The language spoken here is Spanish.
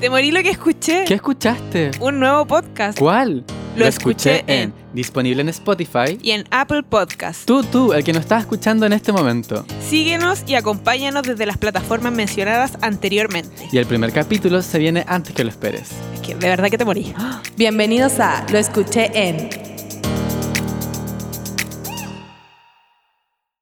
Te morí lo que escuché. ¿Qué escuchaste? Un nuevo podcast. ¿Cuál? Lo escuché en- Disponible en Spotify. Y en Apple Podcast. Tú, tú, el que nos estás escuchando en este momento. Síguenos y acompáñanos desde las plataformas mencionadas anteriormente. Y el primer capítulo se viene antes que lo esperes. Es que de verdad que te morí. Bienvenidos a Lo escuché en